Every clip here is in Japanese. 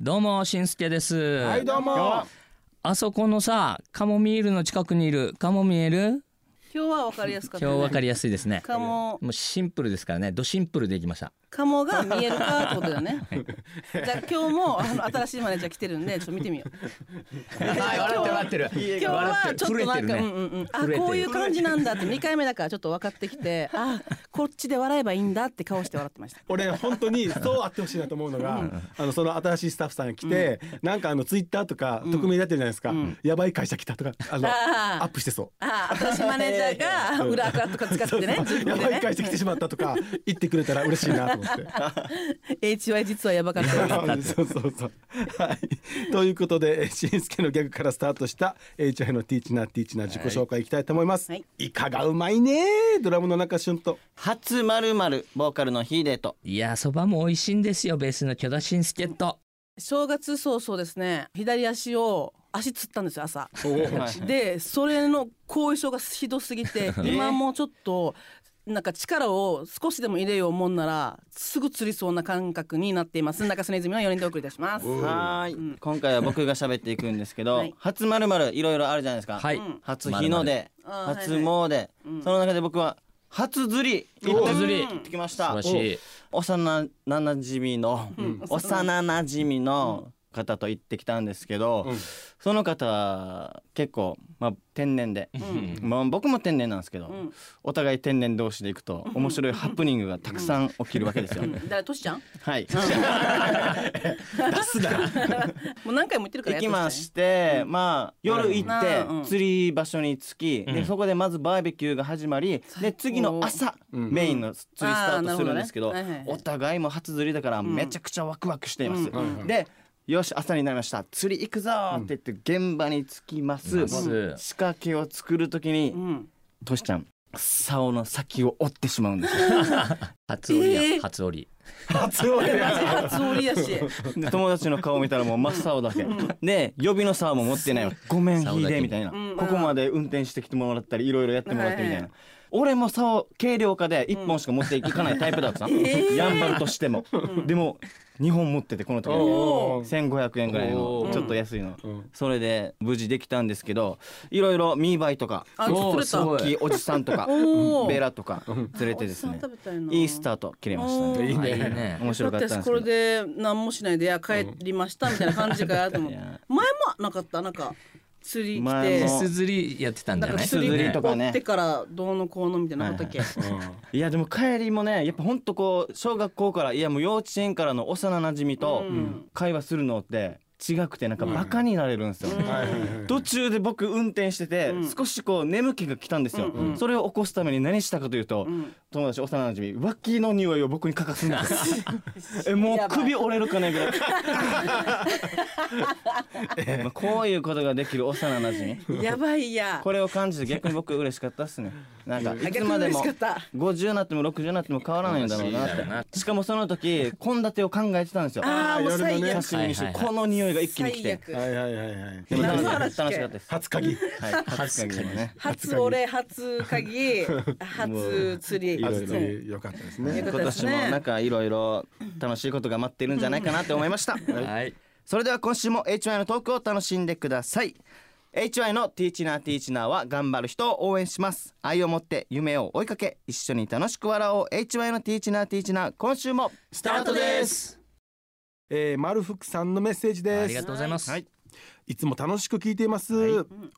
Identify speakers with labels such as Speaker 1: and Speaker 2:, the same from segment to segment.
Speaker 1: どうもしんすけです、
Speaker 2: はいどうも
Speaker 1: あそこのさカモミールの近くにいるカモ見える
Speaker 3: 今日はわかりやすかった、
Speaker 1: 今日わかりやすいですね
Speaker 3: カモ
Speaker 1: もうシンプルですからねドシンプルでいきました
Speaker 3: カモが見えるかってことだよ ねじゃあ今日もあの新しいマネージャー来てるんでちょっと見てみよう
Speaker 1: はい笑ってる 笑ってる
Speaker 3: 今日はちょっとなんか、うんうんうん、あ
Speaker 1: 震えてる
Speaker 3: こういう感じなんだって2回目だからちょっと分かってきてあこっちで笑えばいいんだって顔して笑ってました
Speaker 2: 俺本当にそうあってほしいなと思うのが、あのその新しいスタッフさんが来て、なんかあのツイッターとか匿名になってるじゃないですか、やばい会社来たとかあの
Speaker 3: あー
Speaker 2: アップしてそう。
Speaker 3: あ新しいマネージャーが裏アカとか使ってね
Speaker 2: そうそう
Speaker 3: 自
Speaker 2: やば
Speaker 3: 分でね
Speaker 2: い 会社来てしまったとか言ってくれたら嬉しいなと思って。
Speaker 3: HY 実はやばかったよ
Speaker 2: そうそうそう。はい。ということで、えーしんすけのギャグからスタートした HI のティーチナーティーチナー自己紹介いきたいと思います。
Speaker 3: はいい、
Speaker 2: かがうまいねドラムの中旬と。
Speaker 4: 初まるまるボーカルのヒーデーと
Speaker 1: いやそばも美味しいんですよベースの巨田しんすけと
Speaker 3: 正月早々ですね左足を足つったんですよ朝
Speaker 4: はい
Speaker 3: でそれの後遺症がひどすぎ て今もうちょっとなんか力を少しでも入れようもんならすぐ釣りそうな感覚になっています中曽根泉の4人でお送りいたします
Speaker 4: はーい、今回は僕が喋っていくんですけど、
Speaker 3: はい
Speaker 4: 初まるまるいろいろあるじゃないですか、
Speaker 1: はい
Speaker 4: 初日の出
Speaker 3: あー
Speaker 4: 初詣、その中で僕は初釣り
Speaker 1: お初釣り
Speaker 4: 行ってきまし
Speaker 1: 素晴
Speaker 4: た
Speaker 1: らしい
Speaker 4: お幼なじみの、幼なじみの方と行ってきたんですけど、その方結構、まあ、天然で、まあ、僕も天然なんですけど、お互い天然同士で行くと面白いハプニングがたくさん起きるわけですよ。
Speaker 3: 誰としちゃん
Speaker 4: はい
Speaker 2: 出すな。
Speaker 3: もう何回も言ってるからやっと
Speaker 4: 行き
Speaker 3: しちゃん
Speaker 4: まして、まあ夜行って
Speaker 3: うん
Speaker 4: 釣り場所に着き、でそこでまずバーベキューが始まり、で次の朝、メインの釣りスタートするんですけど,、
Speaker 3: あーなるほどねはいはい
Speaker 4: お互いも初釣りだからめちゃくちゃワクワクしています。でよし朝になりました釣り行くぞーって言って現場に着きます、
Speaker 1: ます
Speaker 4: 仕掛けを作る時に、
Speaker 3: ん
Speaker 4: としちゃん竿の先を折ってしまうんですよ
Speaker 1: 初折りや、
Speaker 3: えー
Speaker 1: 初折り
Speaker 2: 初折れや。
Speaker 3: 初折りやし
Speaker 4: で友達の顔見たら もう真っ青だけで予備の竿も持ってないわ ごめん
Speaker 1: 竿だけ
Speaker 4: ヒーデーみたいな、
Speaker 3: ん
Speaker 4: ここまで運転してきてもらったりいろいろやってもらってみたいな、
Speaker 3: はいはい
Speaker 4: 俺も竿軽量化で1本しか持っていかないタイプだった の、
Speaker 3: ー
Speaker 4: やんばるとしても、でも2本持っててこの時
Speaker 2: おー
Speaker 4: 1500円ぐらいの
Speaker 1: おー
Speaker 4: ちょっと安いの、
Speaker 2: ん
Speaker 4: それで無事できたんですけどいろいろミーバイとか
Speaker 3: あちょっと
Speaker 1: おーすご
Speaker 3: 釣れ
Speaker 1: い
Speaker 3: た
Speaker 4: 大きいおじさんと か
Speaker 3: おー
Speaker 4: ベラとか連れてです
Speaker 3: お
Speaker 4: ね
Speaker 3: じさん食べたいない
Speaker 4: いスタート切れましたね
Speaker 3: おー
Speaker 2: いい
Speaker 1: あいい
Speaker 2: ね。
Speaker 1: ね
Speaker 4: 面白かったんです
Speaker 3: だ
Speaker 4: け
Speaker 3: って
Speaker 4: ど
Speaker 3: これで何もしないでいや帰りましたみたいな感じかなと思っ
Speaker 4: い
Speaker 3: て前
Speaker 4: や
Speaker 3: もなかったなんか釣り来
Speaker 4: 前
Speaker 3: て
Speaker 1: キ
Speaker 4: も
Speaker 1: ス釣りやってたんじ
Speaker 3: な
Speaker 1: ゃ
Speaker 3: んか
Speaker 1: ない
Speaker 3: 釣
Speaker 4: キス釣
Speaker 3: り
Speaker 4: りとかね
Speaker 3: 折ってからどうのこうのみたいなのあったっけ
Speaker 4: いやでも帰りもねやっぱほんとこう小学校からいやもう幼稚園からの幼なじみと
Speaker 3: うん
Speaker 4: 会話するのって違くてなんかバカになれるんですよ、
Speaker 2: うんはいはいはい
Speaker 4: 途中で僕運転してて
Speaker 3: うん
Speaker 4: 少しこう眠気が来たんですよ、
Speaker 3: うんうん
Speaker 4: それを起こすために何したかというと、
Speaker 3: ん
Speaker 4: 友達幼なじみ脇の匂いを僕にかかすんです よえもう首折れるかねぐらいまあこういうことができる幼なじみ
Speaker 3: やばいや。
Speaker 4: これを感じて逆に僕嬉しかったっすね。なんか
Speaker 3: 逆
Speaker 4: い
Speaker 3: に
Speaker 4: つまでも
Speaker 3: 嬉しかった
Speaker 4: 50になっても60になっても変わらないんだろう
Speaker 1: 嬉しいだろう
Speaker 4: な
Speaker 1: な
Speaker 4: って。しかもその時献立を考えてたんですよ。
Speaker 3: ああもう
Speaker 2: 夜
Speaker 3: 最
Speaker 2: のね
Speaker 3: 悪。
Speaker 4: 刺身にして
Speaker 1: はいはいはい
Speaker 4: この匂いが一気に来
Speaker 3: 最
Speaker 4: て。
Speaker 3: 悪。
Speaker 2: はいは いはいはい。
Speaker 4: でも楽しか
Speaker 3: 何の
Speaker 4: った楽し
Speaker 3: 話
Speaker 4: かったです。
Speaker 2: 初鍵。
Speaker 4: はい、初鍵もね。
Speaker 3: 初俺初鍵初釣り。
Speaker 2: 初釣り良かったですね。
Speaker 3: よか
Speaker 4: 今
Speaker 3: ったです
Speaker 4: 年
Speaker 3: ね
Speaker 4: もなんかいろいろ楽しいことが待ってるんじゃないかなって思いました。
Speaker 1: はい
Speaker 4: それでは今週も HY のトークを楽しんでください HY のティーチナーティーチナーは頑張る人を応援します愛を持って夢を追いかけ一緒に楽しく笑おう HY のティーチナーティーチナー今週も
Speaker 1: ス
Speaker 4: タートです
Speaker 2: えー、マルフクさんのメッセージ
Speaker 1: あ
Speaker 2: で
Speaker 1: りが
Speaker 2: す。
Speaker 1: とうございます、
Speaker 4: はい
Speaker 2: いつも楽しく聞いています。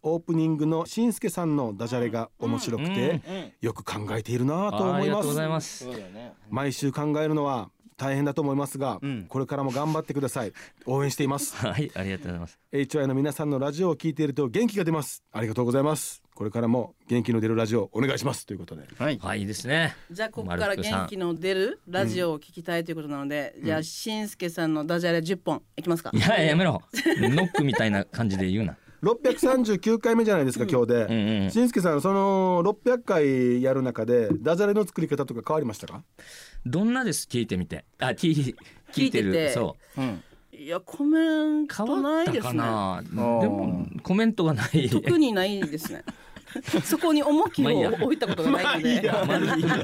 Speaker 2: オープニングのしんすけさんのダジャレが面白くて、よく考えているなぁと
Speaker 1: あ
Speaker 2: 思
Speaker 1: り
Speaker 2: い
Speaker 1: が
Speaker 2: ま
Speaker 1: とうご
Speaker 2: す
Speaker 1: ざい。ます
Speaker 4: うだよね
Speaker 2: 毎週考えるのは大変だと思いますが、
Speaker 4: ん
Speaker 2: これからも頑張ってください応援しています
Speaker 1: はいありがとうございます
Speaker 2: HY の皆さんのラジオを聞いていると元気が出ますありがとうございますこれからも元気の出るラジオお願いしますということで
Speaker 4: はい
Speaker 1: はいいいですね
Speaker 3: じゃあここから元気の出るラジオを聞きたいということなので、じゃあしんすけさんのダジャレ10本いきますか
Speaker 1: い。ややめ ろノックみたいな感じで言うな
Speaker 2: 639回目じゃないですか今日で、
Speaker 1: んうん
Speaker 2: しんすけさんその600回やる中でダジャレの作り方とか変わりましたか
Speaker 1: どんなです聞いてみてあ聞い聞いてる
Speaker 3: 聞いてて
Speaker 1: そ
Speaker 4: うん
Speaker 3: いやコメン
Speaker 1: う
Speaker 3: ト
Speaker 1: 変わ
Speaker 3: な
Speaker 1: っ
Speaker 3: い
Speaker 1: た
Speaker 3: です
Speaker 1: か
Speaker 3: ね。
Speaker 1: なでもコメントがない
Speaker 3: 特にないですね。 そこに重き
Speaker 1: まあいい
Speaker 3: を
Speaker 1: や
Speaker 3: 置いたことがないので、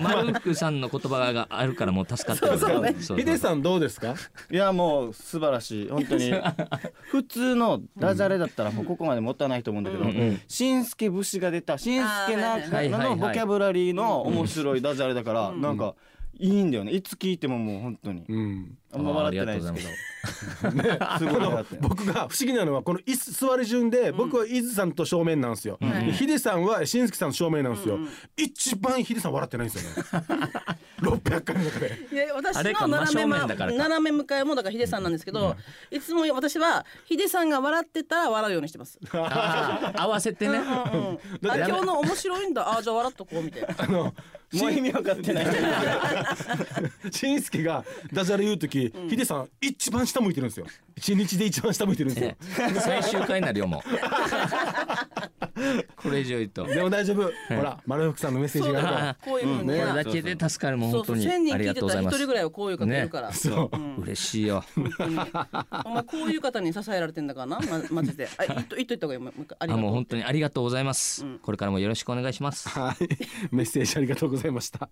Speaker 1: マルクさんの言葉があるからもう助かってる
Speaker 3: そうそうね
Speaker 1: そう
Speaker 2: ヒデさんどうですか
Speaker 4: いやもう素晴らしい本当 に普通のダジャレだったらもうここまで持たないと思うんだけど、
Speaker 1: ん
Speaker 4: しんすけ節が出たしんすけな
Speaker 3: あー
Speaker 1: はいはいはい
Speaker 4: のボキャブラリーの面白いダジャレだから、なんかいいんだよねいつ聞いてももう本当に、
Speaker 2: うん
Speaker 4: あんま笑ってないですけどすごい笑って
Speaker 2: 僕が不思議なのはこの椅子座り順で僕は伊豆さんと正面なんですよ、
Speaker 3: ん
Speaker 2: でヒデさんはしんすけさんの正面なんですよ、一番ヒデさん笑ってないんですよね 600回の中で
Speaker 3: いや私
Speaker 1: あれか
Speaker 3: の斜
Speaker 1: 真
Speaker 3: め,、
Speaker 1: 正面だからか
Speaker 3: 斜め向かいもだからヒデさんなんですけど、いつも私はヒデさんが笑ってたら笑うようにし てます。
Speaker 1: あー合わせてね
Speaker 3: うんうんあ今日の面白いんだあじゃあ笑っとこ うみたいな。
Speaker 2: あの
Speaker 4: もう意味わかってない
Speaker 2: しんすけがダジャレ言う時、ヒデさん一番下向いてるんですよ一日で一番下向いてるんですよ
Speaker 1: ね最終回になるよもうこれ以上言うと
Speaker 2: でも大丈夫、ほら丸福さんのメッセージがあるから
Speaker 3: こういうふう
Speaker 1: こ
Speaker 3: に
Speaker 1: れ
Speaker 3: は、
Speaker 1: だけで助かるもん
Speaker 3: そ
Speaker 1: 本
Speaker 3: うそ
Speaker 1: 当
Speaker 3: う
Speaker 1: に
Speaker 3: 千人
Speaker 1: あり
Speaker 3: 聞い
Speaker 1: が
Speaker 3: て
Speaker 1: とう
Speaker 3: た
Speaker 1: ござい
Speaker 3: ら
Speaker 1: ま
Speaker 3: 一
Speaker 1: す
Speaker 3: 人ぐらいはこういう方いるから。
Speaker 2: そう、
Speaker 1: 嬉しいよ
Speaker 3: お前こういう方に支えられてんだからな、ま、マジで。あ、言っと言っといた方がいいもう一回あり
Speaker 1: あ
Speaker 3: がとう
Speaker 1: もう本当にありがとうございますこれからもよろしくお願いします
Speaker 2: はいメッセージありがとうございました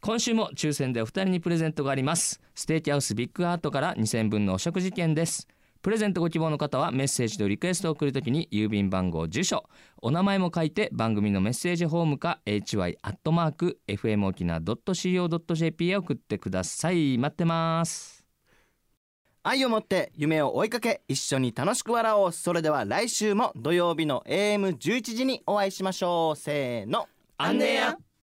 Speaker 1: 今週も抽選でお二人にプレゼントがありますステーキハウスビッグハートから2000分のお食事券ですプレゼントご希望の方はメッセージとリクエストを送るときに郵便番号住所お名前も書いて番組のメッセージホームか hy.fmokina.co.jp へ送ってください待ってます
Speaker 4: 愛を持って夢を追いかけ一緒に楽しく笑おうそれでは来週も土曜日の AM11 時にお会いしましょうせーの
Speaker 1: アンネや